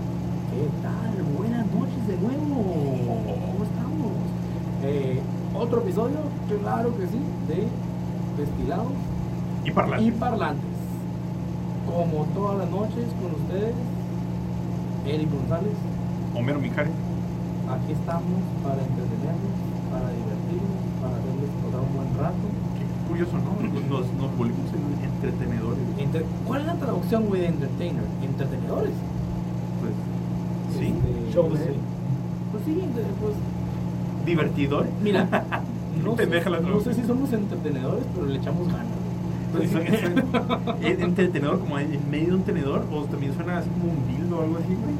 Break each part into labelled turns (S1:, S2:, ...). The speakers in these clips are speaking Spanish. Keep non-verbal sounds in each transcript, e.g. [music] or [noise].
S1: ¿Qué tal? Buenas noches de nuevo. ¿Cómo estamos? Eh, Otro episodio, claro que sí, de Destilados
S2: Y parlar.
S1: y Parlantes. Como todas las noches con ustedes, Eric González,
S2: Homero Micari.
S1: aquí estamos para entretenernos, para divertirnos, para hacerles pasar un buen rato.
S2: Qué curioso, ¿no? Nos, nos volvimos en- entretenedores.
S1: Entre- ¿Cuál es la traducción, güey, de entertainer? ¿Entretenedores?
S2: Pues, sí.
S1: Este,
S3: Showman.
S1: Pues, sí. Pues sí, de- pues
S2: Divertidores. [laughs]
S1: Mira, no, sé,
S2: Pendeja la
S1: no
S2: traducción.
S1: sé si somos entretenedores, pero le echamos ganas.
S2: Pues, eso-
S1: [laughs]
S2: eso- ¿Es entretenedor como en en medio de un tenedor? ¿O también suena así como un dildo o algo así, güey?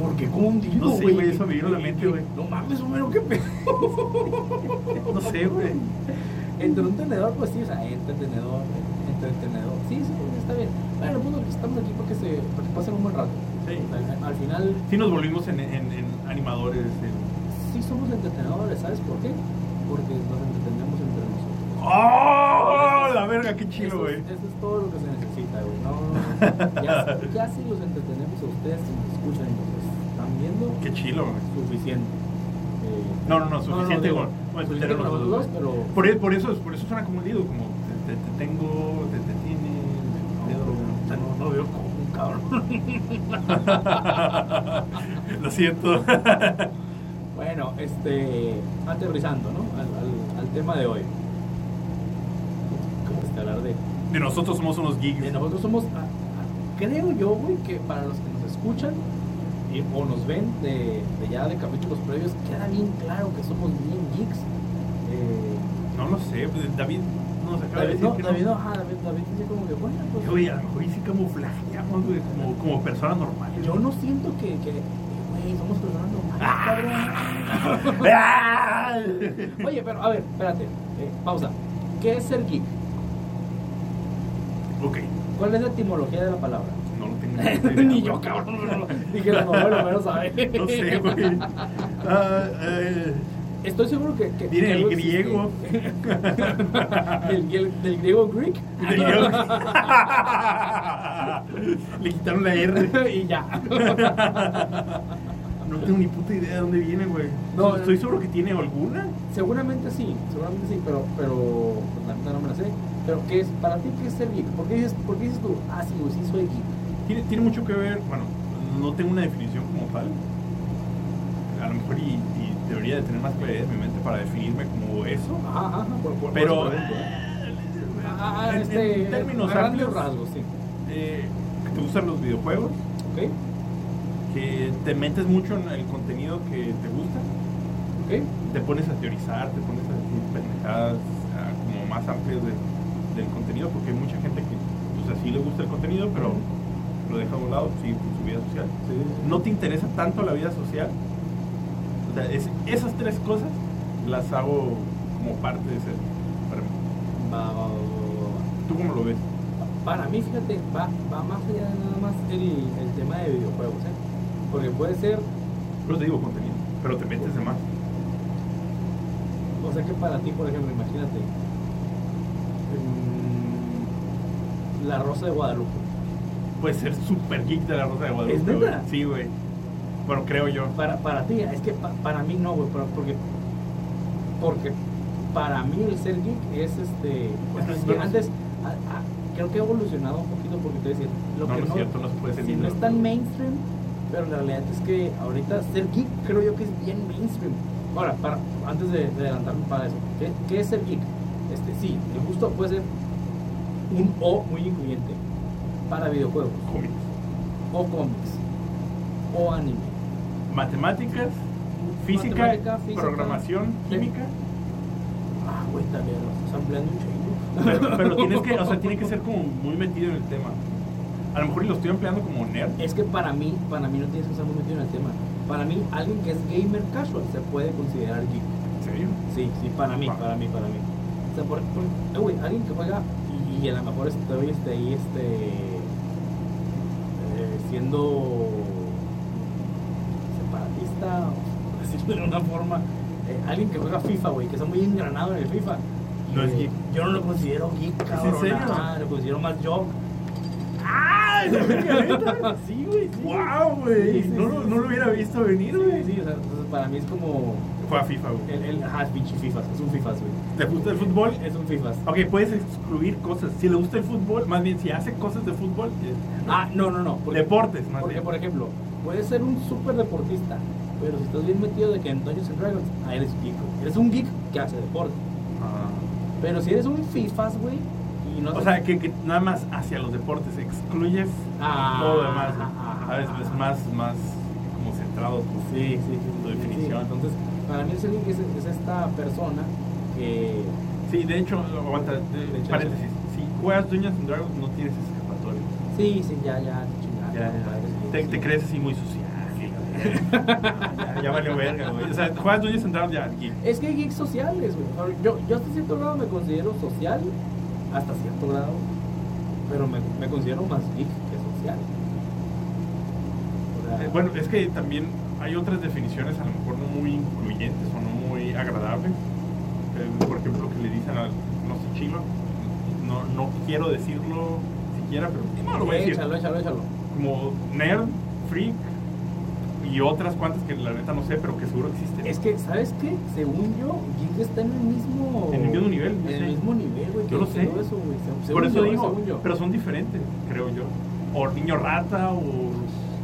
S1: Porque como un dildo,
S2: No sé,
S1: güey.
S2: güey, eso me vino a la mente, güey.
S1: No mames, Homero, qué pedo.
S2: No sé, güey.
S1: Entre un tenedor, pues sí, o sea, entretenedor, entretenedor. Sí, sí, está bien. Bueno, el punto es que estamos aquí para que, se, para que pasen un buen rato.
S2: Sí.
S1: Al, al final,
S2: Sí nos volvimos en, en- en animadores. en-
S1: sí somos entretenedores, ¿sabes por qué? Porque nos entretenemos entre nosotros.
S2: ¡Oh! La verga, qué
S1: eso,
S2: chido, güey.
S1: es- eso es todo lo que se necesita, güey. No, ya, ya si los entretenemos a ustedes, si nos escuchan y nos están viendo,
S2: Qué chido, güey.
S1: suficiente. Eh,
S2: No, no, no, suficiente
S1: digo,
S2: con- con
S1: suficiente
S2: entretenernos
S1: con
S2: nosotros,
S1: nosotros, pero
S2: Por, e- por eso, por eso suena como un dildo, como te, te- te tengo, te, te tiene, te dedo.
S1: o sea, no, no veo como un cabrón.
S2: [laughs] Lo siento.
S1: [laughs] Bueno, este, aterrizando, ¿no? Al, al- al tema de hoy. ¿Cómo es que hablar de,
S2: De nosotros somos unos geeks.
S1: de nosotros somos, a- a- creo yo, güey, que para los que nos escuchan eh, o nos ven de, de ya de capítulos previos, queda bien claro que somos bien geeks. Eh,
S2: No lo sé, pues, David nos acaba de
S1: David,
S2: decir
S1: no,
S2: que
S1: David,
S2: no.
S1: ajá, David, David dice como que, bueno, pues,
S2: Oye, a lo mejor y sí camuflajeamos, güey, como, como personas normales.
S1: Yo no siento que, que güey, somos personas normales,
S2: [laughs]
S1: cabrón.
S2: [laughs] ¡Ah!
S1: Oye, pero a ver, espérate, eh, pausa. ¿Qué es ser geek?
S2: Ok,
S1: ¿Cuál es la etimología de la
S2: [laughs]
S1: palabra?
S2: no lo tengo
S1: [laughs]
S2: idea,
S1: Ni yo,
S2: güey.
S1: cabrón. [laughs] Dije, no, bueno, menos sabe.
S2: No sé, güey. Ah, eh,
S1: Estoy seguro que. que
S2: Viene
S1: que
S2: el
S1: algo existe.
S2: griego.
S1: [laughs] ¿Del, del- del griego Greek? [laughs]
S2: le dieron- Le quitaron la R.
S1: y ya.
S2: No tengo ni puta idea de dónde viene, güey.
S1: No,
S2: No,
S1: no. eh.
S2: estoy seguro que tiene alguna.
S1: Seguramente sí, seguramente sí, pero, pero pues, la neta no me la sé. Pero ¿qué es, para ti, ¿qué es ser geek? ¿Por qué dices, por qué dices tú, ah, sí, güey, sí, soy geek?
S2: Tiene, tiene mucho que ver, bueno, no tengo una definición como tal. A lo mejor y, y debería de tener más claridad en mi mente para definirme como eso.
S1: Ajá, Ah, ajá, ajá, por- por- por eso
S2: Pero
S1: pregunto, ¿eh? Ah, ah,
S2: en,
S1: este,
S2: en términos
S1: a grandes
S2: amplios,
S1: rasgos, sí.
S2: eh, que te gustan los videojuegos,
S1: ¿Ok?
S2: que te metes mucho en el contenido que te gusta,
S1: ¿Ok?
S2: te pones a teorizar, te pones a decir pendejadas ah, como más amplias de- del contenido, porque hay mucha gente que, pues así le gusta el contenido, pero lo deja a un lado, sí, por su vida social. no te interesa tanto la vida social, o sea, es- esas tres cosas las hago como parte de ser. Para mí.
S1: Va, va, va, va, va.
S2: ¿Tú cómo lo ves?
S1: Para mí, fíjate, va, va más allá de nada más el, el tema de videojuegos, ¿eh? Porque puede ser,
S2: Pero te digo contenido, pero te metes de más.
S1: o sea que para ti, por ejemplo, imagínate, mm, La Rosa de Guadalupe.
S2: Puedes ser super geek de la Rosa de Guadalupe.
S1: ¿Es neta?
S2: güey. Sí, güey. Bueno, creo yo.
S1: Para, para ti, es que pa- para mí no, güey, pero porque, porque para mí el ser geek es este.
S2: Pues,
S1: es que
S2: bueno,
S1: antes, a- a- creo que he evolucionado un poquito porque te decir, lo
S2: no,
S1: que
S2: no es
S1: no,
S2: cierto, no se puede ser
S1: si
S2: geek.
S1: no es tan mainstream, pero la realidad es que ahorita ser geek creo yo que es bien mainstream. Ahora, para, antes de, de adelantarme para eso, ¿qué, qué es ser geek? Este, sí, el gusto puede ser un O muy incluyente para videojuegos,
S2: Cómics.
S1: o cómics, o anime.
S2: Matemáticas, física,
S1: Matemática, física,
S2: programación,
S1: sí.
S2: química.
S1: Ah, güey, también, lo estás ampliando un chingo.
S2: Pero, pero tienes que, o sea, tiene que ser como muy metido en el tema. A lo mejor y lo estoy empleando como nerd.
S1: Es que para mí, para mí no tienes que estar muy metido en el tema. Para mí, alguien que es gamer casual se puede considerar geek.
S2: ¿En serio?
S1: Sí, sí, para mí,
S2: Va.
S1: para mí, para mí. O sea, por, por- eh, güey, alguien que juega y, y a lo mejor estoy este, ahí este, eh, siendo separatista, o por decirlo de una forma. Eh, alguien que juega FIFA, güey, que está muy engranado en el FIFA.
S2: No es
S1: Eh,
S2: geek.
S1: Yo no lo considero geek,
S2: en
S1: cabrón.
S2: serio? [laughs]
S1: Ah, lo considero más job.
S2: ¡Ah! ¡Ay, no me caleta!
S1: sí, güey. Sí.
S2: ¡Wow, güey!
S1: Sí, sí,
S2: no, lo-
S1: sí,
S2: no lo hubiera visto venir, güey.
S1: Sí, sí, o sea, entonces para mí es como.
S2: Fue a FIFA, güey.
S1: El, el, ajá, es pinche FIFAs, es un FIFAs, güey.
S2: ¿Te gusta el fútbol?
S1: Es un FIFAs.
S2: Ok, puedes excluir cosas. Si le gusta el fútbol, más bien si hace cosas de fútbol, eh,
S1: Ah, no, no, no. porque-
S2: deportes, más
S1: Porque,
S2: bien.
S1: por ejemplo, puedes ser un super deportista, pero si estás bien metido de que en Dungeons and Dragons, ah, eres geek. güey. Eres un geek que hace deporte.
S2: Ah.
S1: Pero si eres un FIFAs, güey, y no
S2: O
S1: te-
S2: sea, que, que nada más hacia los deportes, excluyes
S1: Ah,
S2: todo lo demás.
S1: ah, ah,
S2: ¿no? A veces es más, más como centrado tu,
S1: Sí, sí, sí.
S2: tu
S1: sí,
S2: definición.
S1: sí. Entonces, para mí el ser geek es, es esta persona que.
S2: Sí, de hecho, aguanta, de-
S1: De hecho,
S2: paréntesis. Si juegas Dungeons and Dragons, no tienes escapatoria.
S1: Sí, sí, ya, ya, chingada. compadre, sí,
S2: Te,
S1: sí.
S2: te crees así muy social. Ya, ya valió verga, güey. O sea, juegas Dungeons and Dragons ya aquí. Eh,
S1: Es que hay geeks sociales, güey. Yo, yo hasta cierto grado me considero social, hasta cierto grado, pero me, me considero más geek que social. O sea,
S2: Eh, Bueno, es que también hay otras definiciones a lo mejor no muy incluyentes o no muy agradables. Eh, Por ejemplo, que le dicen al, no sé, chilo, no, no quiero decirlo siquiera, pero pues, no lo voy a decir.
S1: Échalo, échalo, échalo.
S2: Como nerd, freak y otras cuantas que la neta no sé, pero que seguro existen.
S1: Es que, ¿sabes qué? Según yo, geek está en el mismo...
S2: En el mismo nivel,
S1: En
S2: yo
S1: el
S2: sé.
S1: mismo nivel, güey.
S2: Yo
S1: que-
S2: lo
S1: que
S2: sé.
S1: todo eso, güey. Se- según
S2: Por eso
S1: yo,
S2: digo,
S1: según yo.
S2: pero son diferentes, creo yo. O niño rata, o.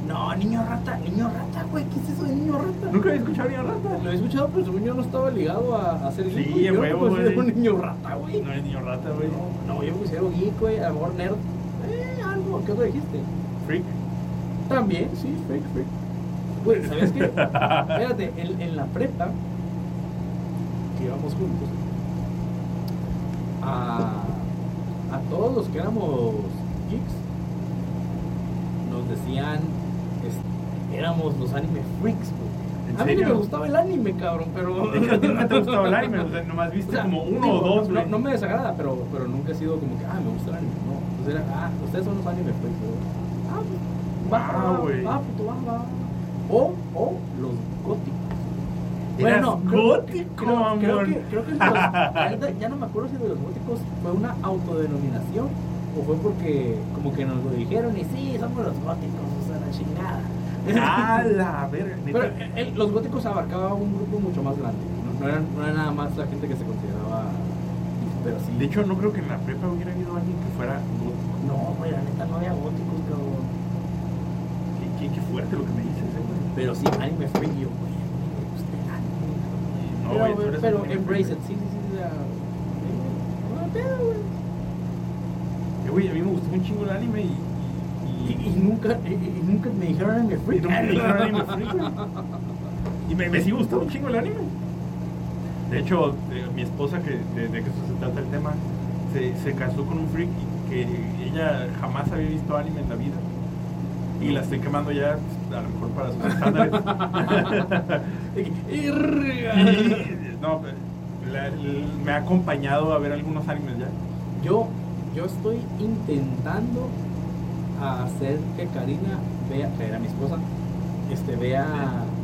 S1: No, niño rata, niño rata, güey. ¿Qué es eso de niño rata?
S2: Nunca había escuchado niño rata.
S1: Lo he escuchado, pero según yo no estaba ligado a, a ser
S2: Sí,
S1: geek. güey. Yo no me
S2: huevo,
S1: considero
S2: güey.
S1: un niño rata, güey.
S2: No es niño rata, güey.
S1: No, yo me considero geek, güey, a lo mejor nerd. Eh, algo, ¿qué otro dijiste? [laughs]
S2: Freak.
S1: También, sí, fake, fake. Güey, ¿sabes
S2: [laughs]
S1: qué? Fíjate, en, en la prepa, que íbamos juntos, a, a todos los que éramos geeks, nos decían, es- éramos los anime freaks, güey.
S2: ¿En
S1: A mí no
S2: serio?
S1: me gustaba el anime, cabrón, pero...
S2: Es que a ti nunca te gustaba el anime, o sea, nomás
S1: [laughs]
S2: viste
S1: O sea,
S2: como uno
S1: digo,
S2: o dos,
S1: no,
S2: güey.
S1: no me desagrada, pero, pero nunca he sido como que, ah, me gusta el anime. No, entonces era, ah, ustedes son los anime freaks. yo, Ah, pues, va,
S2: Ah,
S1: va,
S2: güey.
S1: va, puto, va, va. O, o los góticos.
S2: Eras
S1: creo-
S2: gótico,
S1: creo, creo
S2: amor.
S1: que, creo que los- la neta, ya no me acuerdo si de los góticos fue una autodenominación o fue porque como que nos lo dijeron y sí, somos los góticos, o sea, la chingada.
S2: A la verga. neta.
S1: Pero eh, eh, los góticos abarcaba un grupo mucho más grande. No, no eran, no era nada más la gente que se consideraba. Pero sí.
S2: De hecho, no creo que en la prepa hubiera habido alguien que fuera gótico.
S1: no, güey, la neta no había góticos, cabrón.
S2: Qué, qué- qué fuerte lo que me dices, eh, güey.
S1: Pero sí, anime frío, güey. Me gusta el anime.
S2: No,
S1: pero,
S2: güey, tú
S1: güey,
S2: eres
S1: pero
S2: un anime
S1: embrace
S2: freak,
S1: it, sí, sí, sí. o sea, sí, güey. No hay pedo, güey.
S2: güey. Eh, Güey, a mí me gustó un chingo el anime y.
S1: Y, y nunca, y, y nunca me dijeron anime
S2: Y
S1: freak.
S2: no me dijeron
S1: [laughs]
S2: anime freak, güey. Y me, me sigue gustando un chingo el anime. De hecho, eh, mi esposa, que, de, de que eso se trata el tema, se, se casó con un freak y que ella jamás había visto anime en la vida. Y la estoy quemando ya, pues, a lo mejor para
S1: [laughs]
S2: sus estándares.
S1: Irga.
S2: Y, no, la- la- me ha acompañado a ver algunos animes ya.
S1: Yo, yo estoy intentando hacer que Karina vea, que era mi esposa, este, vea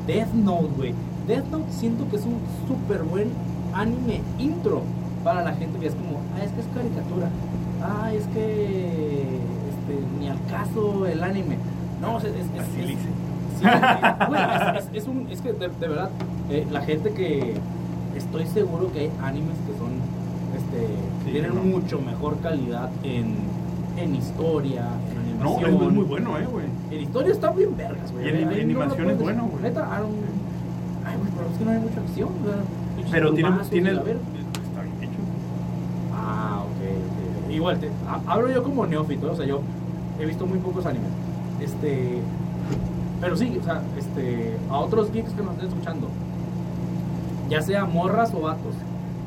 S1: Death Note, güey. Death Note siento que es un súper buen anime intro para la gente que es como, ah, es que es caricatura, ah, es que este, ni al caso el anime. No, o sea, es, es,
S2: Así
S1: es-
S2: le hice.
S1: Sí, güey, güey, es, es- es un, es que de, de verdad, eh, la gente que estoy seguro que hay animes que son, este,
S2: Sí,
S1: tienen
S2: no.
S1: mucho mejor calidad en, en historia, en
S2: No, es,
S1: animación.
S2: es muy bueno, eh, güey.
S1: En historia está bien vergas, güey.
S2: Y en-
S1: Ahí
S2: en
S1: no
S2: animación
S1: lo
S2: es
S1: puedes
S2: bueno,
S1: decir.
S2: güey.
S1: Neta, ah, no. ay, güey, pero es que no hay mucha acción, o sea, pinches
S2: Pero tiene,
S1: plumazos y
S2: tiene
S1: la verga.
S2: está bien hecho.
S1: Ah, ok, ok. Igual, te, ha- hablo yo como neófito, o sea, yo he visto muy pocos animes. Este. Pero sí, o sea, este, a otros geeks que nos estén escuchando, ya sea morras o vatos,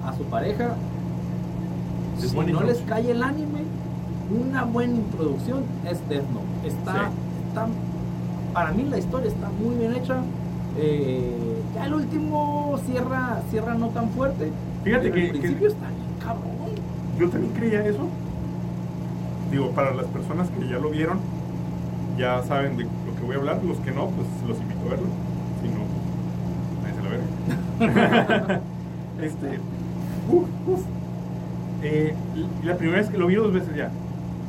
S1: a su pareja,
S2: Es
S1: si
S2: buena
S1: no les
S2: introducción.
S1: cae el anime, una buena introducción es Death Note. Está,
S2: Sí.
S1: está- para mí la historia está muy bien hecha. Eh, ya el último cierra, cierra no tan fuerte.
S2: Fíjate
S1: pero
S2: que-
S1: el
S2: que-
S1: principio está bien cabrón.
S2: Yo también creía eso. Digo, para las personas que ya lo vieron, ya saben de lo que voy a hablar. Los que no, pues los invito a verlo. Si no, nadie se la [laughs] verga. este. uf, uf. Eh, la primera vez que lo vi dos veces ya.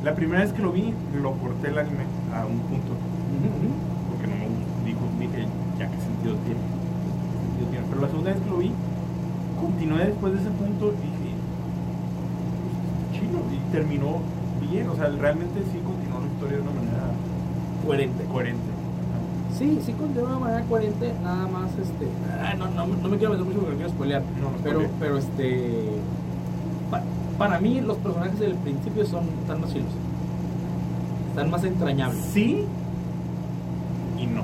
S2: La primera vez que lo vi, lo corté el anime a un punto. Porque no me gustó. Dijo, dije, ya qué sentido tiene. ¿Qué sentido tiene? Pero la segunda vez que lo vi, continué después de ese punto y dije, "Pues, chino. Y terminó bien. O sea, realmente sí continuó la historia de una manera
S1: Coherente.
S2: coherente.
S1: Sí, sí continúa de una manera coherente, nada más este. ah, no, no, no me quiero meter mucho porque no quiero spoilear.
S2: No, no
S1: pero,
S2: spoileo.
S1: pero este. pa- para mí los personajes del principio son tan más chilos. Están más entrañables.
S2: Sí y no.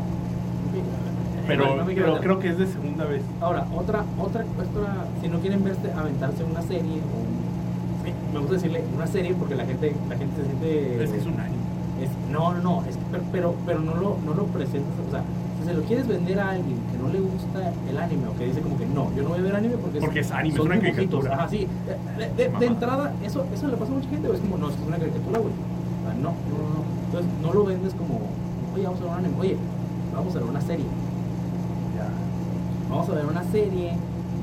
S2: Pero,
S1: No me Eh. quiero
S2: pero
S1: meter.
S2: creo que es de segunda vez.
S1: Ahora, otra, otra, otra, si no quieren verse, aventarse una serie o un- sí, me gusta decirle una serie porque la gente, la gente se siente.
S2: Es que es un anime.
S1: Es- no, no, no, es que, pero, pero, pero no, lo, no lo presentas, o sea, si se lo quieres vender a alguien que no le gusta el anime o que dice como que no, yo no voy a ver anime porque,
S2: Porque es anime,
S1: son
S2: es una
S1: dibujitos".
S2: caricatura.
S1: Ajá, sí. De, de- de
S2: Mamá.
S1: entrada, eso, eso le pasa a mucha gente, güey, es como, no, es que es una caricatura, güey. O sea, no, no, no, no. Entonces, no lo vendes como, oye, vamos a ver un anime, oye, vamos a ver una serie. Vamos a ver una serie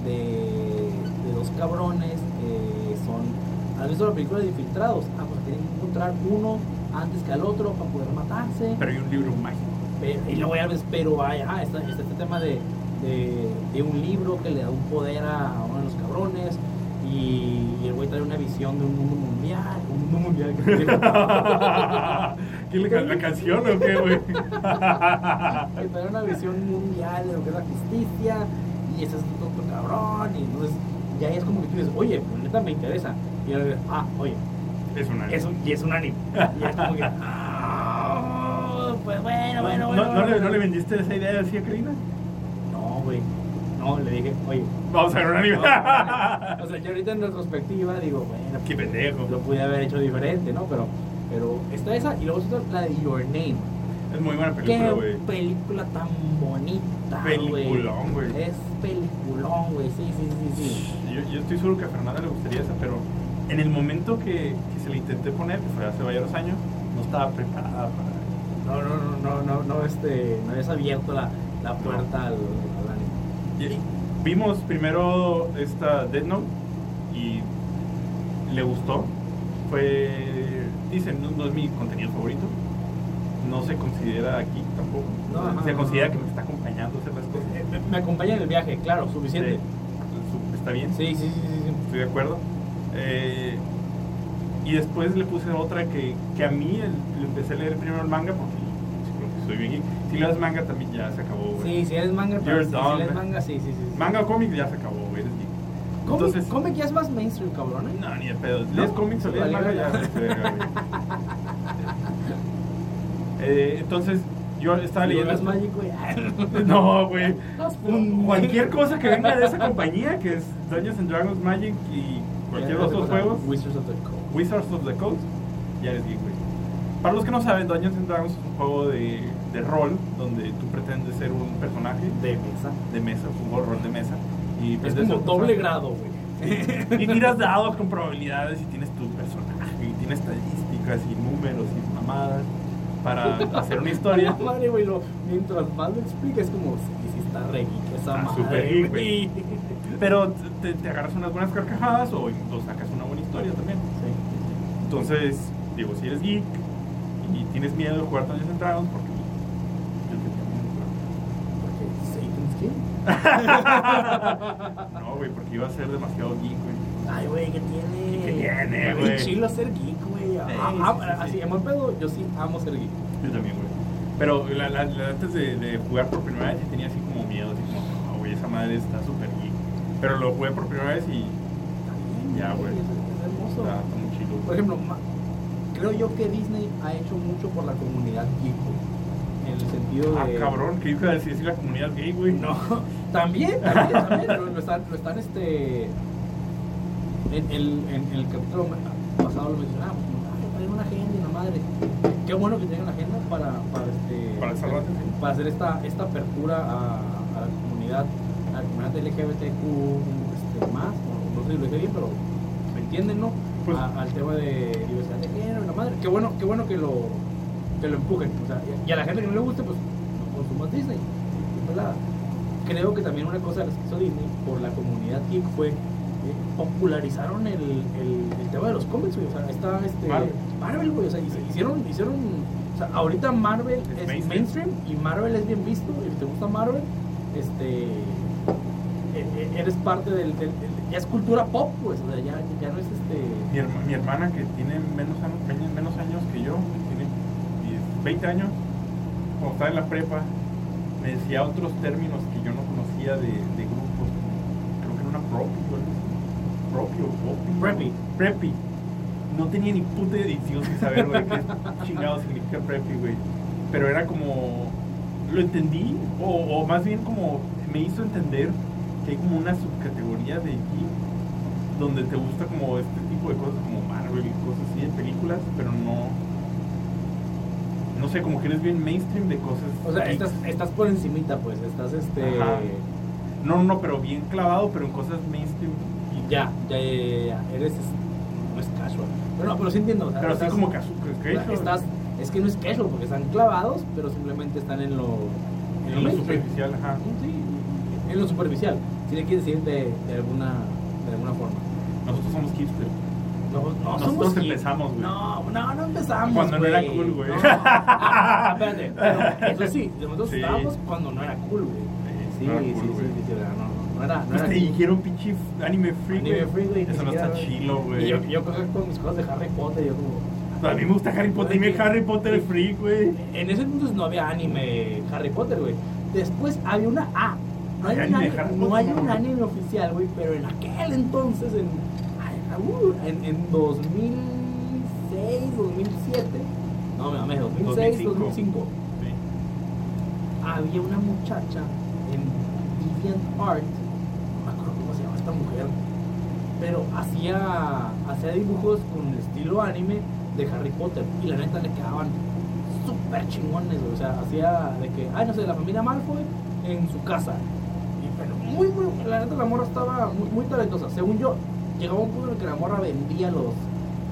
S1: de, de dos cabrones que son... ¿Has visto la película de Infiltrados? Ah, pues tienen que encontrar uno antes que al otro para poder matarse.
S2: Pero hay un libro mágico.
S1: Pero- y luego ya ves, pero hay, ah, está, está este tema de, de- de un libro que le da un poder a uno de los cabrones y, el güey trae una visión de un mundo mundial, un mundo mundial. que
S2: [laughs]
S1: te digo,
S2: ¿Qué le can- la canción o qué, güey? [laughs]
S1: que trae una visión mundial de lo que es la justicia y ese es otro cabrón y entonces ya ahí es como que tú dices, oye, pues neta me interesa. Y ahora dices, ah, oye,
S2: Es un anime.
S1: es un, y es un anime. Y es como que, [laughs] ah, pues bueno, bueno,
S2: ¿No,
S1: bueno.
S2: no,
S1: bueno.
S2: le, ¿No le vendiste esa idea así a Karina?
S1: No, güey. No, le dije,
S2: [laughs]
S1: oye.
S2: Vamos a ver un
S1: No,
S2: anime. [laughs]
S1: o sea, yo ahorita en retrospectiva digo, bueno,
S2: Qué pendejo.
S1: lo pude haber hecho diferente, ¿no? Pero, pero está esa y luego está la de Your Name.
S2: Es muy buena película,
S1: Qué
S2: güey.
S1: película tan bonita, güey.
S2: Peliculón, güey.
S1: Es peliculón, güey. Sí, sí, sí, sí.
S2: Yo, yo estoy seguro que a Fernanda le gustaría esa, pero en el momento que, que se le intenté poner, que fue hace varios años, no estaba preparada para...
S1: No, no, no, no, no, no, este, no habías abierto la, la puerta al, al anime.
S2: Y- Vimos primero esta Dead Note y le gustó. Fue, dicen, no, no es mi contenido favorito. No se considera aquí tampoco.
S1: No, ajá,
S2: se
S1: no,
S2: considera
S1: no.
S2: que me está acompañando a hacer las cosas.
S1: Eh, me- Me acompaña en el viaje, claro, suficiente.
S2: Sí, está bien.
S1: Sí, sí, sí, sí. sí.
S2: estoy de acuerdo. Eh, y después le puse otra que, que a mí el- le empecé a leer primero el manga porque sí, creo que soy bien geek. Si leas manga también ya se acabó, güey.
S1: Sí, si eres manga, pero
S2: You're
S1: si,
S2: dumb.
S1: si eres manga, sí, sí, sí. sí.
S2: Manga o cómic ya se acabó, güey. Eres geek.
S1: ¿Cómo,
S2: Entonces-
S1: ¿Cómo que ya es más mainstream, cabrón? eh?
S2: No, ni de pedo. ¿Lees
S1: No,
S2: cómics o lees
S1: vale,
S2: manga? Ya,
S1: vale. [laughs]
S2: vete, verga, güey. Eh, entonces, yo estaba
S1: Y
S2: leyendo...
S1: es Magic, güey. [laughs]
S2: No, güey.
S1: Las funde.
S2: Cualquier cosa que venga de esa compañía, que es Dungeons and Dragons Magic y cualquier
S1: Ya,
S2: otro
S1: o sea,
S2: juego,
S1: Wizards of the Coast.
S2: Wizards of the Coast, ya les digo, güey. Para los que no saben, Dungeons and Dragons es un juego de, de rol donde tú pretendes ser un personaje
S1: De mesa.
S2: de mesa, es un juego de rol de mesa. Y
S1: Es
S2: pretendes
S1: como
S2: ser un
S1: doble
S2: personaje.
S1: grado, güey.
S2: [laughs] Y
S1: [laughs]
S2: tiras dados con probabilidades y tienes tu personaje y tienes estadísticas y números y mamadas
S1: [laughs]
S2: para hacer una historia.
S1: No, madre, güey, lo- mientras más lo explica, es como, sí, sí está re geek esa
S2: Está
S1: madre,
S2: Ah, súper geek, güey.
S1: [laughs]
S2: Pero te, te agarras unas buenas carcajadas o, o sacas una buena historia también.
S1: Sí.
S2: Entonces, digo, si eres geek y tienes miedo de jugar Dungeons and Dragons, porque yo que tengo miedo de jugar.
S1: Porque Satan's King. [laughs]
S2: [laughs] No, güey, porque iba a ser demasiado geek, güey.
S1: Ay, güey, ¿qué tiene?
S2: ¿Qué tiene,
S1: Qué
S2: güey?
S1: chilo ser geek, güey. Ah,
S2: Sí,
S1: ah,
S2: sí, sí,
S1: así,
S2: sí.
S1: en buen pedo, yo sí amo ser geek.
S2: Yo también, güey. Pero la, la- la- antes de, de jugar por primera vez, sí tenía así como miedo, así como, "No, güey, esa madre está súper geek. Pero lo jugué por primera vez y
S1: Está bien,
S2: Ya, güey.
S1: Es, es hermoso.
S2: está, está muy chido.
S1: Por ejemplo, ma- creo yo que Disney ha hecho mucho por la comunidad geek, güey. en el sentido
S2: Ah,
S1: de...
S2: cabrón, que iba a decir si la comunidad gay, güey.
S1: No, [laughs]
S2: [laughs]
S1: también, también, también, pero lo están, lo están este... En, el- en el capítulo pasado lo mencionábamos, ¿no? Ay, traen una agenda y la madre. Qué bueno que tengan una agenda para, para, este,
S2: Para salvarte, sí.
S1: para hacer esta, esta apertura a, a la comunidad, a la comunidad LGBTQ este, más, o no sé si lo dije bien, pero me entienden, ¿no?
S2: Pues-
S1: A- al tema de diversidad de género, la madre. Qué bueno, qué bueno que lo, que lo empujen. o sea, y a la gente que no le guste, pues no consumas Disney. Qué pelada. Creo que también una cosa que hizo Disney por la comunidad geek fue eh, popularizaron el, el, el tema de los cómics, güey. O sea, está este,
S2: Marvel.
S1: Marvel, güey. O sea, y se hicieron, hicieron. O sea, ahorita Marvel
S2: Es
S1: es mainstream.
S2: mainstream.
S1: y Marvel es bien visto. Y si te gusta Marvel, este. e- e- Eres parte del, del- del- Ya es cultura pop, pues. O sea, ya, ya no es este.
S2: Mi, herma- mi hermana que tiene menos, años- tiene menos años que yo, que tiene 10, 20 años, cuando estaba en la prepa, me decía otros términos que yo no conocía de, de grupos. Creo que era una propi o algo así. Propi o popi.
S1: Preppy.
S2: Preppy. No tenía ni puta edición de saber, güey, qué chingado significa preppy, güey. Pero era como. Lo entendí, o, o más bien como me hizo entender que hay como una subcategoría de geek donde te gusta como este tipo de cosas como Marvel y cosas así de películas, pero no no sé, como que eres bien mainstream de cosas.
S1: O sea,
S2: geeks.
S1: estás, estás por encimita, pues. Estás este.
S2: Ajá. no, no, pero bien clavado, pero en cosas mainstream. geek.
S1: Ya, ya, ya, ya, ya. Eres. es- No es casual. Pero no, pero sí entiendo. o sea,
S2: Pero así
S1: Ah, estás-
S2: como que azúcar,
S1: O sea,
S2: que
S1: estás, es que no es queso, porque están clavados, pero simplemente están en lo, en lo
S2: en lo
S1: mainstream.
S2: superficial, ajá.
S1: Sí, en lo superficial, si le quieres decir de, de alguna, de alguna forma.
S2: Nosotros somos hipster.
S1: Ah, No, no
S2: Nosotros
S1: somos hip.
S2: empezamos, güey.
S1: No, no, no empezamos.
S2: Cuando no era
S1: güey.
S2: cool, [laughs] güey.
S1: No. Ah, espérate. Pero eso sí, nosotros
S2: Sí.
S1: estábamos cuando no era cool, güey. Sí,
S2: no era
S1: sí,
S2: cool,
S1: sí,
S2: güey.
S1: sí, sí, verdad, no, no, no era, no
S2: Pues
S1: era
S2: te
S1: cool.
S2: dijeron pinche f- anime freak.
S1: Anime free, güey, ni
S2: Eso no
S1: siquiera,
S2: está
S1: güey.
S2: chilo,
S1: Y
S2: güey.
S1: yo, yo cogía con mis cosas de Harry Potter, yo como...
S2: A mí me gusta Harry Potter. Dime Harry Potter freak, güey.
S1: En ese entonces no había anime Harry Potter, güey. Después había una A. No hay,
S2: ¿Hay
S1: un,
S2: anime
S1: anime,
S2: Harry
S1: no
S2: Potter?
S1: hay un anime oficial, güey, pero en aquel entonces, en, ay, Raúl, en, en 2006, 2007, no, me mames, 2006,
S2: 2005.
S1: 2005, había una muchacha en DeviantArt, no me acuerdo cómo se llama esta mujer, pero hacía, hacía dibujos con estilo anime de Harry Potter y la neta le quedaban súper chingones, güey. o sea, hacía de que, ay, no sé, la familia Malfoy en su casa. Y, pero muy, muy, la neta la morra estaba muy, muy talentosa. Según yo, llegaba un punto en el que la morra vendía los,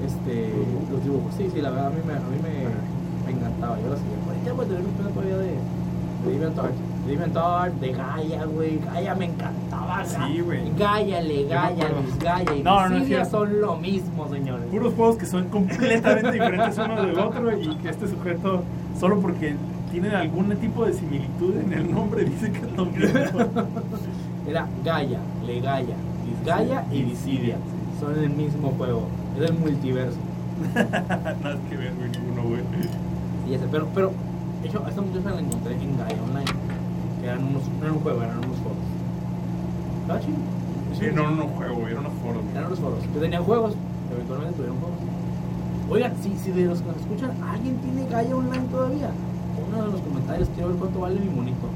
S1: este, los dibujos. Sí, sí, la verdad a mí me, a mí me, me encantaba, yo la seguía. Ahorita voy a tener un pedo todavía de... De DeviantArt, de DeviantArt, de Gaia, güey. Gaia me encantaba. Ga-
S2: Sí, güey.
S1: Gaia, le Gaia,
S2: acuerdo.
S1: Luis Gaia y
S2: No, no es
S1: Visilia
S2: cierto.
S1: son lo mismo, señores.
S2: puros juegos que son completamente diferentes uno del otro y que este sujeto, solo porque tienen algún tipo de similitud en el nombre, dice que es lo mismo.
S1: Era Gaia, le Gaia, Luis Gaia y Visilia.
S2: Sí.
S1: Son el mismo juego. Es el multiverso.
S2: Nada que ver, güey, ninguno, güey.
S1: Y ese, pero, pero, de hecho, a esta muchacha la encontré en Gaia Online. Que eran unos, no era un juego, eran unos foros. ¿Estaba chido?
S2: Sí, no, no, no juego, güey, era una foro. güey.
S1: Eran los foros. Que tenían juegos. Eventualmente tuvieron juegos. Oigan, si, si de los que nos escuchan, ¿alguien tiene Gaia Online todavía? Uno de los comentarios, quiero ver cuánto vale mi monito.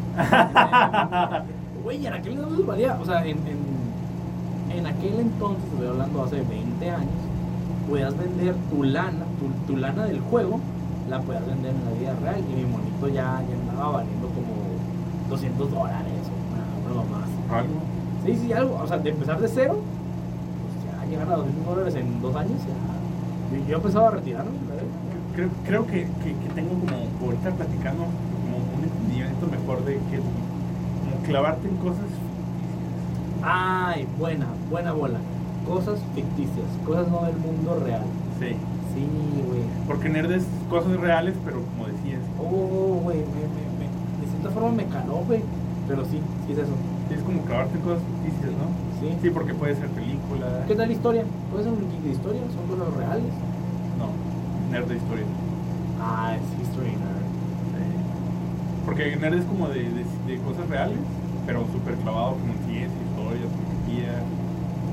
S1: Güey, en aquel entonces valía, o sea, en, en, en aquel entonces, estoy hablando hace 20 años, podías vender tu lana, tu, tu lana del juego, la podías vender en la vida real. Y mi monito ya, ya andaba valiendo como 200 dólares o una, una más.
S2: Algo.
S1: Sí, sí, algo. O sea, de empezar de cero, pues ya llegar a 200 dólares en dos años, ya. Yo, yo empezaba a retirarme, ¿verdad?
S2: Creo, creo que, que, que tengo como, ahorita platicando, como un entendimiento mejor de que como clavarte en cosas.
S1: Ay, buena, buena bola. Cosas ficticias, cosas no del mundo real.
S2: Sí.
S1: Sí, güey.
S2: Porque nerd es cosas reales, pero como decías,
S1: Oh, güey, me, me, me- de cierta forma me caló, güey. Pero sí, sí es eso.
S2: es como clavarte en cosas ficticias, ¿no?
S1: Sí.
S2: Sí, porque puede ser película.
S1: ¿Qué tal historia? ¿Puede ser un geek de historia? ¿Son cosas reales?
S2: No, nerd de historia.
S1: Ah, es history nerd.
S2: Eh, Porque nerd es como de, de, de cosas reales, pero súper clavado como en ciencia, historia, tecnología,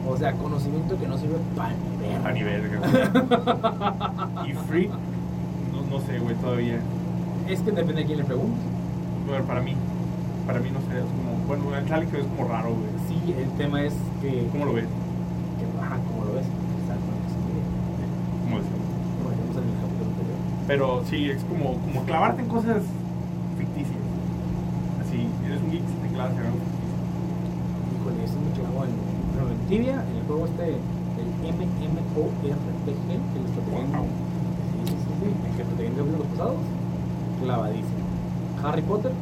S1: O sea, conocimiento que no sirve para ni
S2: a
S1: verga.
S2: nivel. güey. y freak, no, no sé, güey, todavía.
S1: Es que depende a quién le preguntes.
S2: Bueno, para mí, para mí no sé, es como, bueno, el chale que es como raro, güey.
S1: Sí, el tema es que...
S2: ¿Cómo lo ves?
S1: que baja como lo ves, exacto, es que,
S2: ¿Cómo decirlo?
S1: como decíamos en el capítulo anterior.
S2: Pero sí, es como, como clavarte en cosas ficticias. Así, eres un geek si te clavas en algo ficticio.
S1: Híjole, eso me clavó en, pero en Tibia, en el juego este, el MMORPG, que les platicé en-
S2: Wow.
S1: sí, sí, sí, sí, el que platicé en capítulos pasados, clavadísimo. Harry Potter,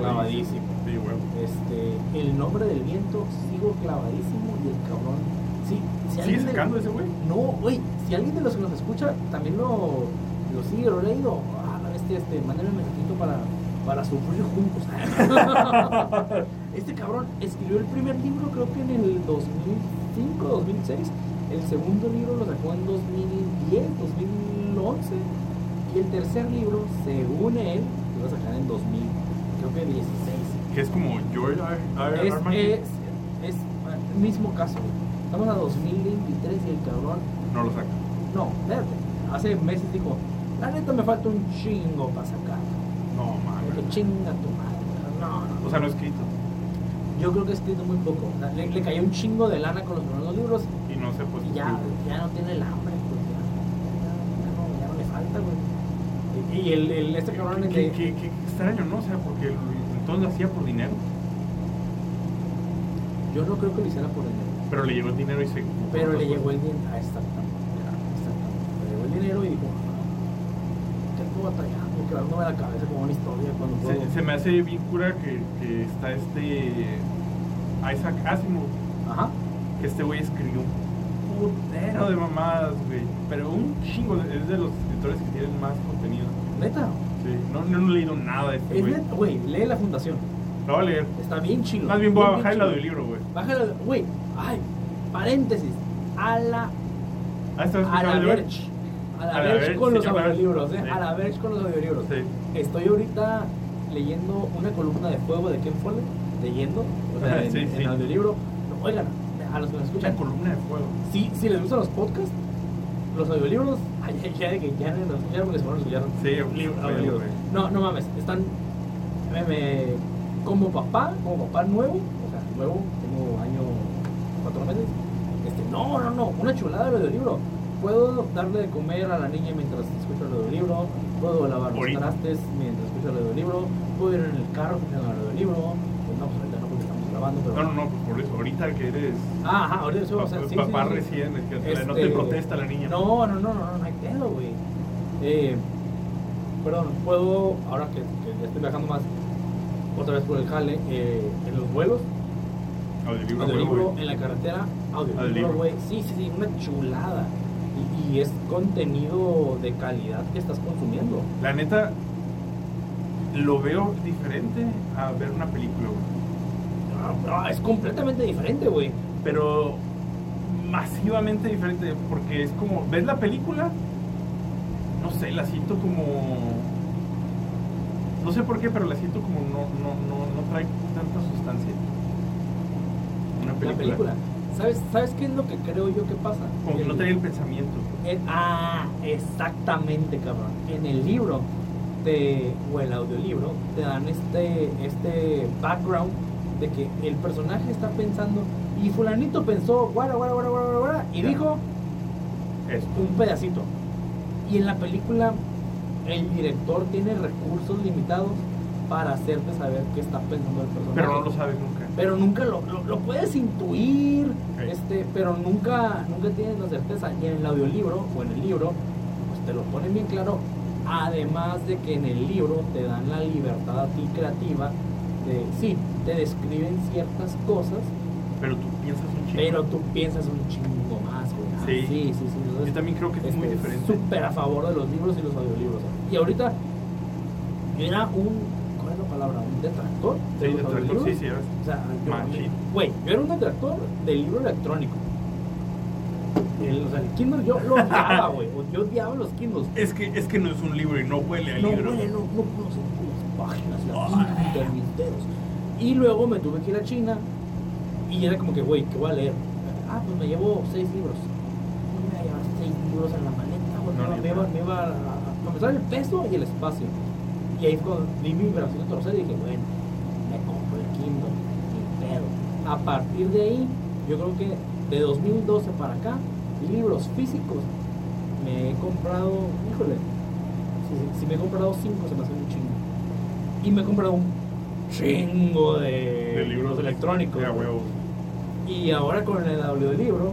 S1: clavadísimo.
S2: Sí, güey.
S1: Este, el nombre del viento, sigo clavadísimo y el cabrón Sí, si
S2: ¿Sigue
S1: alguien de-
S2: sacando ese güey?
S1: No, güey, si alguien de los que nos escucha también lo, lo sigue, lo ha leído, ah, la bestia, este, mándame un mensajito para, para sufrir juntos. [laughs] este cabrón escribió el primer libro, creo que en el 2005, 2006. El segundo libro lo sacó en 2010, 2011. Y el tercer libro, según él, lo va a sacar en 2000, creo que 16.
S2: Que es como George R. R.
S1: Es,
S2: R. Martin.
S1: es, es el mismo caso. güey. Estamos a 2023 y el cabrón
S2: No lo saca.
S1: no, espérate. Hace meses dijo, la neta me falta un chingo para sacar. Ah,
S2: No
S1: Que
S2: mames.
S1: chinga tu madre. No, no.
S2: O sea, no es escrito.
S1: Yo creo que he escrito muy poco. O sea, le, le cayó un chingo de lana con los primeros dos libros
S2: Y no pues, se ha puesto
S1: y ya,
S2: escrito.
S1: ya no tiene el hambre. Pues, ya, ya, no, ya no le falta, güey. Y, y el, el, este cabrón
S2: Qué,
S1: el de...
S2: qué- qué- qué extraño, ¿no? O sea, porque lo- entonces lo hacía por dinero.
S1: Yo no creo que lo hiciera por dinero.
S2: Pero le llegó el dinero y se.
S1: Pero le llegó el dinero. Ah, exactamente. exactamente. Le llegó el dinero y dijo, "Ah, ¿qué ando batallando? Quebrándome la cabeza con una historia cuando puedo.
S2: Se, se me hace bien cura que, que está este. Isaac Asimov.
S1: Ajá.
S2: Que este güey escribió un putero de mamadas, güey. Pero un chingo. de- Es de los escritores que tienen más contenido.
S1: Neta.
S2: Sí. No, no, he leído nada de este
S1: Es
S2: güey.
S1: neta, güey, lee la fundación.
S2: Lo voy a leer.
S1: Está bien chilo.
S2: Más bien voy a
S1: bien
S2: bajar el
S1: chilo.
S2: audiolibro, güey.
S1: Bájalo, güey. Ay, paréntesis. A la,
S2: Ah, ¿estás
S1: a
S2: escuchando
S1: la
S2: el audio?
S1: verge. A
S2: A
S1: la
S2: la
S1: verge
S2: verge,
S1: con los
S2: señor.
S1: audiolibros, eh.
S2: Sí.
S1: A la verge con los audiolibros.
S2: Sí.
S1: Estoy ahorita leyendo una columna de fuego de Ken Follett. Leyendo, o sea, en,
S2: Sí,
S1: en
S2: sí.
S1: audiolibro. No, Oigan, a los que nos
S2: Escucha
S1: escuchan,
S2: columna de fuego.
S1: si, si les gustan los podcasts, los audiolibros, ay, ay, ya de que ya no nos escucharon porque se fueron a escuchar
S2: Sí,
S1: Libro,
S2: güey,
S1: audiolibro.
S2: güey.
S1: No, no mames, están me- me- como papá, como papá nuevo, o sea, nuevo, tengo año cuatro meses. Este, no, no, no, una chulada el libro. Puedo darle de comer a la niña mientras escucho el audiolibro, puedo lavar los
S2: Ahorita.
S1: trastes mientras escucho el audiolibro, puedo ir en el carro escuchando el audiolibro. Pues no, pues ahorita no porque estamos grabando, pero
S2: No, no, no, pues por eso. Ahorita que eres.
S1: Ah, ajá, ahorita eso, o sea, sí, sí,
S2: papá
S1: sí, sí.
S2: recién, es que no
S1: Este,
S2: te protesta la niña.
S1: No, no, no, no, no hay pedo, güey. Eh, perdón, puedo, ahora que, que ya estoy viajando más, otra vez por el jale, eh, en los vuelos,
S2: Audiolibro,
S1: audiolibro,
S2: güey, güey.
S1: en la carretera, audiolibro,
S2: Audiolibro.
S1: güey. Sí, sí, sí, una chulada. Y, y es contenido de calidad que estás consumiendo.
S2: La neta, lo veo diferente a ver una película, güey.
S1: Ah, ah, es completamente diferente, güey.
S2: Pero masivamente diferente, porque es como, ¿ves la película? No sé, la siento como... No sé por qué, pero la siento como no, no, no, no trae tanta sustancia. Una
S1: La película. ¿Sabes, ¿Sabes qué es lo que creo yo que pasa?
S2: Como que no
S1: El-
S2: trae el pensamiento.
S1: Eh, ah, exactamente, cabrón. En el libro te- o el audiolibro te dan este, este background de que el personaje está pensando y fulanito pensó, guara, guara, guara, guara, guara, guara, y
S2: Ya.
S1: dijo
S2: Eso.
S1: un pedacito. Y en la película el director tiene recursos limitados para hacerte saber qué está pensando el personaje
S2: Pero no lo sabes nunca.
S1: pero nunca lo, lo, lo puedes intuir,
S2: Ok.
S1: este, pero nunca, nunca tienes la certeza. Y en el audiolibro o en el libro, pues te lo ponen bien claro. Además de que en el libro te dan la libertad a ti creativa de, sí, te describen ciertas cosas,
S2: Pero tú piensas un chingo.
S1: pero tú piensas un chingo más, güey. Ah,
S2: Sí.
S1: sí, sí, sí. Entonces,
S2: Yo también creo que es
S1: este,
S2: muy diferente.
S1: Súper a favor de los libros y los audiolibros. Y ahorita era un, ¿cuál es la palabra? ¿Un detractor? de
S2: Sí,
S1: los
S2: de tu actor,
S1: audiolibros.
S2: sí, sí, ya ves.
S1: O sea, yo-
S2: Machín.
S1: güey, yo era un detractor del libro electrónico. El, o sea, el Kindle yo lo odiaba, güey. Yo odiaba los Kindles.
S2: Es que, es que no es un libro y no huele al
S1: No,
S2: libro.
S1: güey, no, no conocen las páginas, las
S2: Ah.
S1: tintas, mis dedos. Y luego me tuve que ir a China y era como que, güey, ¿qué voy a leer? Ah, pues me llevo seis libros. No me voy a llevar seis libros en la maleta, güey.
S2: No,
S1: me,
S2: ni
S1: me iba,
S2: nada.
S1: me iba a, a- para empezar el peso y el espacio. Y ahí fue cuando di mi vibración a torcer y dije, bueno, me compro el Kindle, sin pedo. A partir de ahí, yo creo que de 2012 para acá, libros físicos me he comprado, híjole, si, si- si me he comprado cinco se me hace un chingo. Y me he comprado un chingo de,
S2: De
S1: libros electrónicos.
S2: Ya, huevo.
S1: Y ahora con el audiolibro,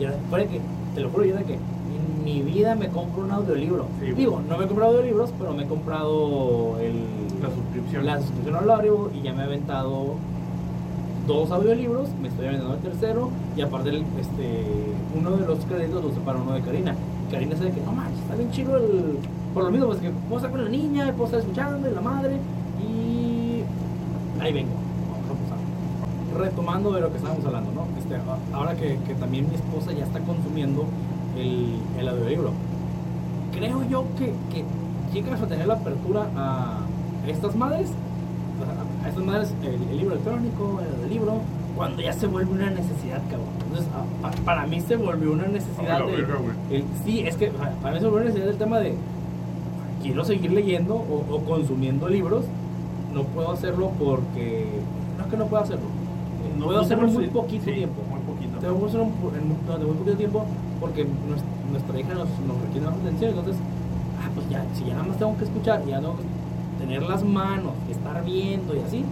S1: ya fuera que, te lo juro, yo de que en mi vida me compro un audiolibro.
S2: Sí, güey.
S1: Digo, no me he comprado audiolibros, pero me he comprado el,
S2: La suscripción.
S1: la suscripción al audiolibro y ya me he aventado dos audiolibros, me estoy aventando el tercero y aparte el- este, uno de los créditos lo separa uno de Karina. Karina sabe que no manches, está bien chido el... Por lo mismo, pues que puedo estar con la niña, puedo estar escuchando, y la madre y ahí vengo. Vamos a pasar. Retomando de lo que estábamos hablando, ¿no? Este, a- ahora que, que también mi esposa ya está consumiendo el, el audiolibro. Creo yo que, que llegas a tener la apertura a estas madres a estas madres el, el libro electrónico, el, libro, cuando ya se vuelve una necesidad, cabrón. Entonces, a- pa- para mí se volvió una necesidad
S2: A la
S1: de.
S2: verga, güey.
S1: el- sí, es que pa- para mí se volvió una necesidad el tema de quiero seguir leyendo o, o consumiendo libros, no puedo hacerlo porque. No es que no puedo hacerlo. eh,
S2: No-
S1: puedo
S2: no
S1: hacerlo en
S2: puedo
S1: muy
S2: ser-
S1: poquito
S2: sí,
S1: tiempo.
S2: Muy poquito.
S1: Te vamos a hacer un, en un- durante muy poquito tiempo porque nues- nuestra hija nos, nos requiere más atención. Entonces, ah, pues ya, si ya nada más tengo que escuchar, ya tengo que tener las manos, estar viendo y así,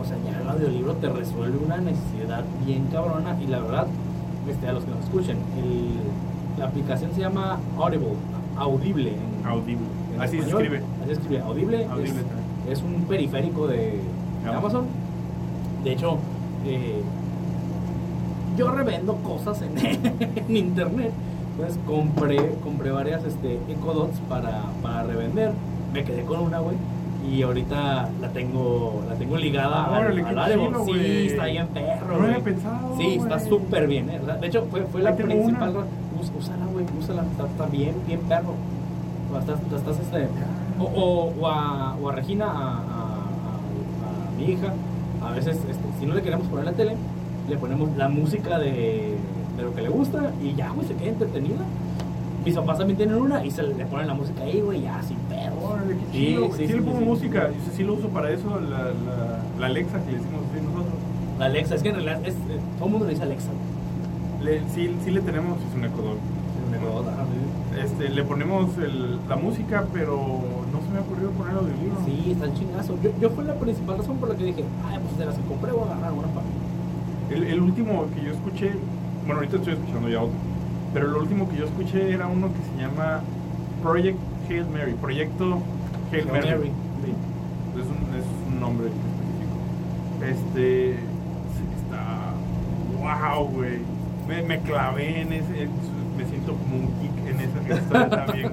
S1: o sea, ya el audiolibro te resuelve una necesidad bien cabrona. Y la verdad, este, a los que nos escuchen, el- la aplicación se llama Audible, Audible. en-
S2: Audible.
S1: en
S2: Así se
S1: español.
S2: escribe.
S1: Así se escribe, Audible. es-
S2: Audible también.
S1: es un periférico de, de Amazon.
S2: Amazon.
S1: De hecho, eh, yo revendo cosas en, [laughs] en internet. Entonces compré, compré varias este, Echo Dots para, para revender. Me quedé con una, güey. Y ahorita la tengo, la tengo ligada al-
S2: Órale,
S1: al,
S2: qué
S1: Arebo.
S2: chido,
S1: Sí,
S2: güey.
S1: está bien perro,
S2: No lo
S1: güey.
S2: había pensado,
S1: Sí, está
S2: güey.
S1: súper bien, eh. De hecho, fue, fue la
S2: Ahí tengo
S1: principal.
S2: una.
S1: ra- Us- Úsala, güey, úsala. Está, está bien, bien perro. O estás, o estás, este, o, o- o a, o a Regina, a, a- a- a mi hija, a veces este, si no le queremos poner la tele, le ponemos la música de, de lo que le gusta y ya, güey, se queda entretenida. Mis papás también tienen una y se le ponen la música ahí, güey, ya, sin pedo.
S2: Órale, qué
S1: Sí,
S2: chido, güey.
S1: sí,
S2: Sí,
S1: sí,
S2: le pongo
S1: sí.
S2: música. Yo sí- sí lo uso para eso, la, la, la Alexa que le decimos así nosotros.
S1: La Alexa, es que en realidad es, eh, todo el mundo le dice Alexa.
S2: Le- sí, sí le tenemos, es un ecodón. Este, le ponemos el- la música, pero no se me ha ocurrido poner audiolibro.
S1: Sí, está el chingazo. Yo, yo fue la principal razón por la que dije, ay, pues de las que compré voy a agarrar una para mí.
S2: El, el último que yo escuché, bueno, ahorita estoy escuchando ya otro, pero lo último que yo escuché era uno que se llama Project Hail Mary, Proyecto Hail,
S1: Hail
S2: Mary.
S1: Mary.
S2: Sí. Es, un, es un nombre específico. Este. sí, Está. ¡Wow, güey! Me, me clavé en ese. Me siento como un geek en esa que está también.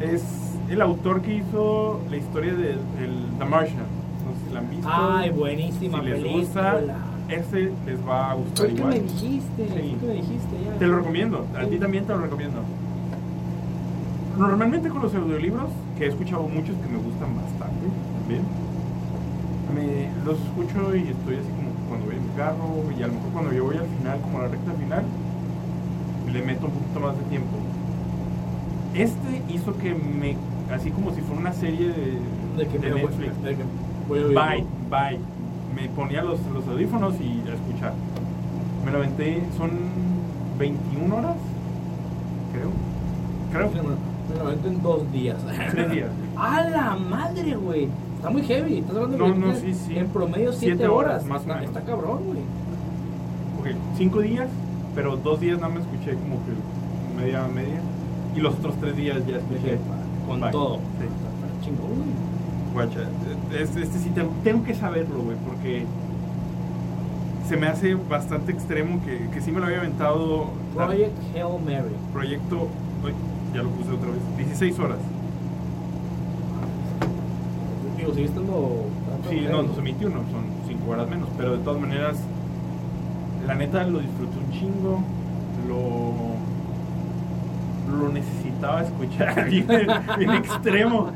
S2: Es el autor que hizo la historia de el- The Martian. No sé si la han visto.
S1: Ay, buenísima
S2: Si les
S1: película.
S2: gusta, ese les va a
S1: Fue
S2: gustar
S1: el que me
S2: igual.
S1: dijiste, fue el que me dijiste ya.
S2: Te lo recomiendo, a ti también te lo recomiendo. Normalmente con los audiolibros, que he escuchado muchos que me gustan bastante también, me, los escucho y estoy así como cuando voy en mi carro y a lo mejor cuando yo voy al final, como a la recta final, le meto un poquito más de tiempo. Este hizo que me, así como si fuera una serie de,
S1: De que
S2: de
S1: me-
S2: Netflix,
S1: de que voy a oírlo.
S2: Bye, bye. Me ponía los, los audífonos y a escuchar. Me lo aventé, son 21 horas, creo. Creo
S1: Me lo- me lo avento en dos días.
S2: tres días.
S1: [laughs] ¡A la madre, güey! Está muy heavy. Estás hablando
S2: No,
S1: de
S2: no,
S1: que
S2: sí, sí.
S1: en promedio siete,
S2: Siete horas,
S1: horas.
S2: más o
S1: está,
S2: menos.
S1: está cabrón, güey.
S2: Ok, cinco días, pero dos días nada más escuché como que media, media. Y los otros tres días ya escuché.
S1: Con
S2: Bye.
S1: todo.
S2: Sí.
S1: Está chingón, güey.
S2: Guacha, este, este sí tengo, tengo que saberlo, güey, porque se me hace bastante extremo que, que sí me lo había aventado.
S1: Project Hail Mary.
S2: proyecto, uy, ya lo puse otra vez, 16 horas.
S1: Digo, sigue estando.
S2: Sí, no, no son 21, son 5 horas menos, pero de todas maneras, la neta lo disfruté un chingo, lo, lo necesitaba escuchar bien, bien extremo.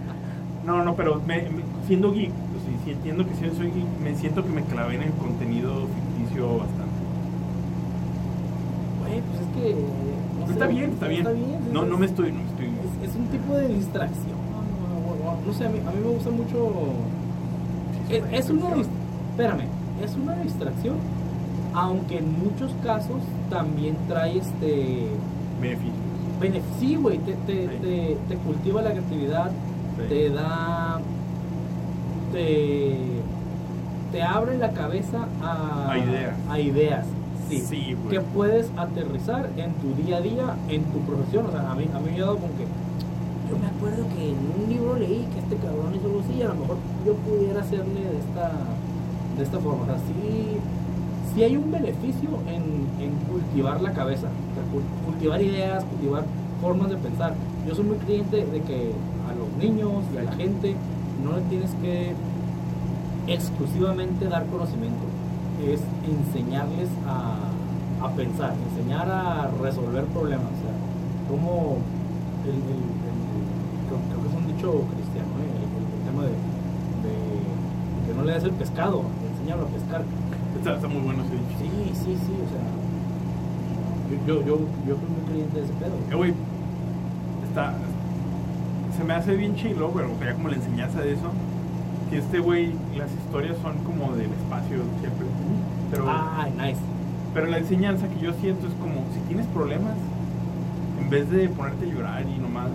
S2: No, no, pero me- me- siendo geek, o sea, sí entiendo que sí soy geek, me siento que me clavé en el contenido ficticio bastante.
S1: Güey, pues es que. no
S2: Pero está
S1: sé,
S2: bien, está bien.
S1: sí,
S2: No,
S1: sí,
S2: no
S1: sí.
S2: me estoy, no me estoy.
S1: Es, es un tipo de distracción. o- o- No sé, a mí, a mí me gusta mucho. Es, es una dis- Espérame, es una distracción. Aunque en muchos casos también trae este.
S2: Beneficios.
S1: bene- Sí, güey, te, te,
S2: Sí.
S1: te- te cultiva la creatividad,
S2: Sí.
S1: te da. Te. Te abre la cabeza a.
S2: A ideas.
S1: A ideas, sí
S2: Sí, güey.
S1: que puedes aterrizar en tu día a día, en tu profesión. O sea, a mí, a mí me ha dado como que. Yo me acuerdo que en un libro leí que este cabrón hizo algo así, y a lo mejor yo pudiera hacerle de esta. de esta forma. O sea, sí, sí hay un beneficio en, en cultivar la cabeza, o sea, cul- cultivar ideas, cultivar formas de pensar. Yo soy muy creyente de que a los niños y a la gente no le tienes que exclusivamente dar conocimiento, es enseñarles a, a pensar, enseñar a resolver problemas. O sea, como el, el- el- creo, creo que es un dicho cristiano, ¿eh? el, el- el tema de, de que no le des el pescado, enseñarlo a pescar.
S2: Está, está muy bueno ese dicho.
S1: Sí, sí, sí, o sea, yo, yo, yo, yo soy muy creyente de ese pedo.
S2: Eh, güey, está. Se me hace bien chilo, pero ya como la enseñanza de eso. Que este güey, las historias son como del espacio siempre. Pero,
S1: ah, nice.
S2: pero la enseñanza que yo siento es como: si tienes problemas, en vez de ponerte a llorar y nomás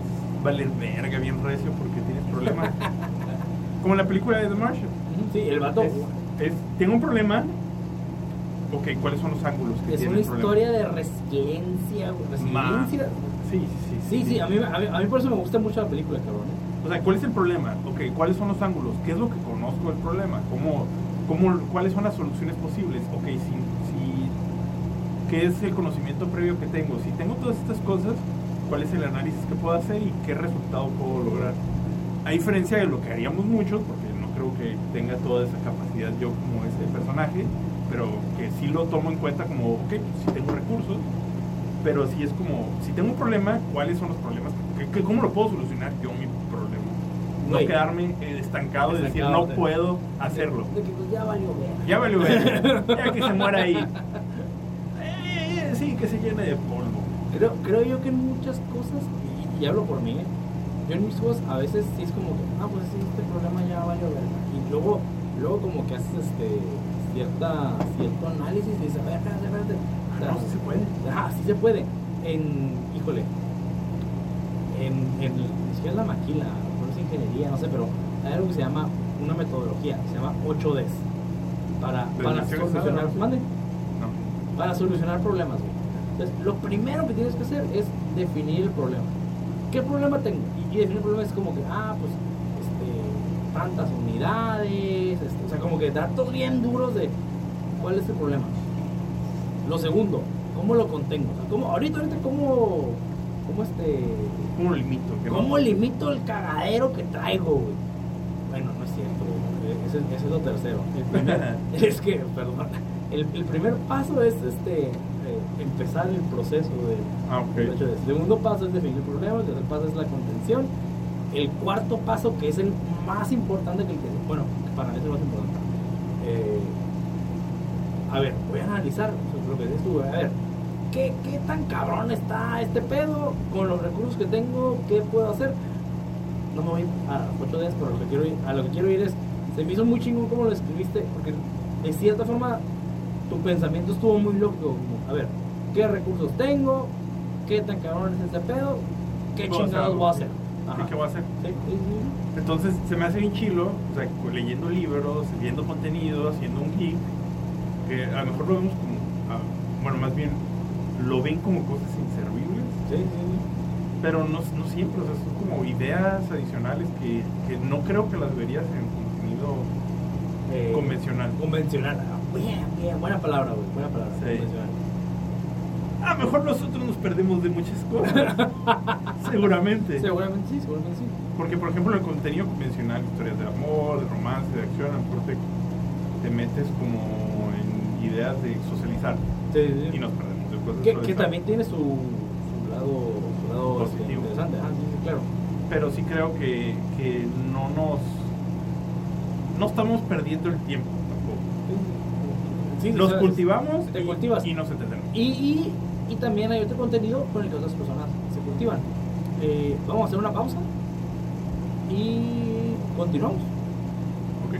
S2: valer verga bien recio porque tienes problemas.
S1: [laughs]
S2: como la película de The Martian.
S1: Ujú, Sí, el vato.
S2: Es, es, tengo un problema. Ok, ¿cuáles son los ángulos que
S1: Es
S2: tiene
S1: una
S2: el problema?
S1: historia de resiliencia, güey,
S2: Ma-
S1: resiliencia.
S2: Sí, sí,
S1: Sí, sí, a mí, a, mí, a mí por eso me gusta mucho la película, cabrón. ¿eh?
S2: O sea, ¿cuál es el problema? Ok, ¿cuáles son los ángulos? ¿Qué es lo que conozco del problema? ¿Cómo, cómo, ¿Cuáles son las soluciones posibles? Ok, si, si, ¿qué es el conocimiento previo que tengo? Si tengo todas estas cosas, ¿cuál es el análisis que puedo hacer y qué resultado puedo lograr? A diferencia de lo que haríamos muchos, porque no creo que tenga toda esa capacidad yo como ese personaje, pero que sí lo tomo en cuenta como, ok, si tengo recursos, pero sí es como, si tengo un problema, ¿cuáles son los problemas? ¿Qué- qué- ¿Cómo lo puedo solucionar yo mi problema? No
S1: Güey.
S2: quedarme eh, estancado y decir,
S1: Estancado,
S2: no
S1: te-
S2: puedo hacerlo.
S1: De que pues ya valió verga.
S2: Ya
S1: [laughs]
S2: valió verga, ya que se muera ahí. Eh, eh, sí, que se llene de polvo.
S1: Creo, creo yo que en muchas cosas, y, y hablo por mí, ¿eh? yo en mis juegos a veces sí es como que, ah, pues sí, este problema ya valió verga. Y luego, luego como que haces este cierta, cierto análisis y dices, a ver, espérate, espérate. O sea,
S2: Ah, No, sí se puede.
S1: Ajá, sí se puede. En, híjole, en, en ni siquiera es la maquila, no es ingeniería, no sé, pero hay algo que se llama, una metodología, se llama 8Ds. Para,
S2: Pero
S1: para
S2: no tienes nada,
S1: solucionar,
S2: ¿no?
S1: mande,
S2: No.
S1: para solucionar problemas. güey. Entonces, lo primero que tienes que hacer es definir el problema. ¿Qué problema tengo? Y, y definir el problema es como que, ah, pues, este, tantas unidades, este, o sea, como que datos bien duros de cuál es el problema. Lo segundo, ¿cómo lo contengo? O sea, ¿cómo, ahorita, ahorita, ¿cómo, cómo este,
S2: ¿Cómo lo limito? Que no-
S1: ¿Cómo limito el cagadero que traigo, güey? Bueno, no es cierto, güey. Ese, es- ese es lo tercero. El [laughs] primer- es que, perdón. El, el primer paso es este, eh, empezar el proceso de,
S2: Ah,
S1: de
S2: ok.
S1: hecho, El segundo paso es definir el problema. El tercer paso es la contención. El cuarto paso, que es el más importante que el que. Bueno, para mí es el más importante. Eh, a ver, voy a analizar o sea, lo que dices tú, güey. A ver, ¿qué, ¿qué tan cabrón está este pedo? Con los recursos que tengo, ¿qué puedo hacer? No me voy a 8 días, pero lo que quiero ir, a lo que quiero ir es. Se me hizo muy chingón como lo escribiste, porque de cierta forma tu pensamiento estuvo muy loco. como, a ver, ¿qué recursos tengo? ¿Qué tan cabrón es este pedo? ¿Qué
S2: Puedo hacer
S1: chingados
S2: algo.
S1: voy a hacer?
S2: ¿Y ¿Qué voy a hacer?
S1: Sí, sí, sí.
S2: Entonces se me hace bien chilo, o sea, cu- leyendo libros, viendo contenido, haciendo un geek, que a lo mejor lo vemos como, ah, bueno, más bien lo ven como cosas inservibles,
S1: Sí, sí, sí.
S2: pero no, no siempre, o sea, son como ideas adicionales que, que no creo que las verías en contenido
S1: Eh,
S2: convencional.
S1: Convencional. ah, Bien, bien. Buena palabra, güey. Buena palabra.
S2: Sí.
S1: Convencional.
S2: A lo mejor nosotros nos perdemos de muchas
S1: [laughs]
S2: cosas, seguramente.
S1: Seguramente sí, seguramente sí.
S2: Porque, por ejemplo, el contenido convencional, historias de amor, de romance, de acción, a lo mejor te, te metes como en ideas de socializar
S1: Sí, sí, sí.
S2: y nos perdemos de cosas.
S1: que, que
S2: sociales.
S1: también tiene su, su lado, su lado este,
S2: Positivo.
S1: interesante. Ah, sí, sí, claro.
S2: Pero sí creo que, que no nos. No estamos perdiendo el tiempo tampoco.
S1: Sí, sí,
S2: nos
S1: o sea,
S2: cultivamos
S1: te
S2: y,
S1: cultivas.
S2: y nos entendemos.
S1: Y, y, y también hay otro contenido con el que otras personas se cultivan. Eh, vamos a hacer una pausa y continuamos.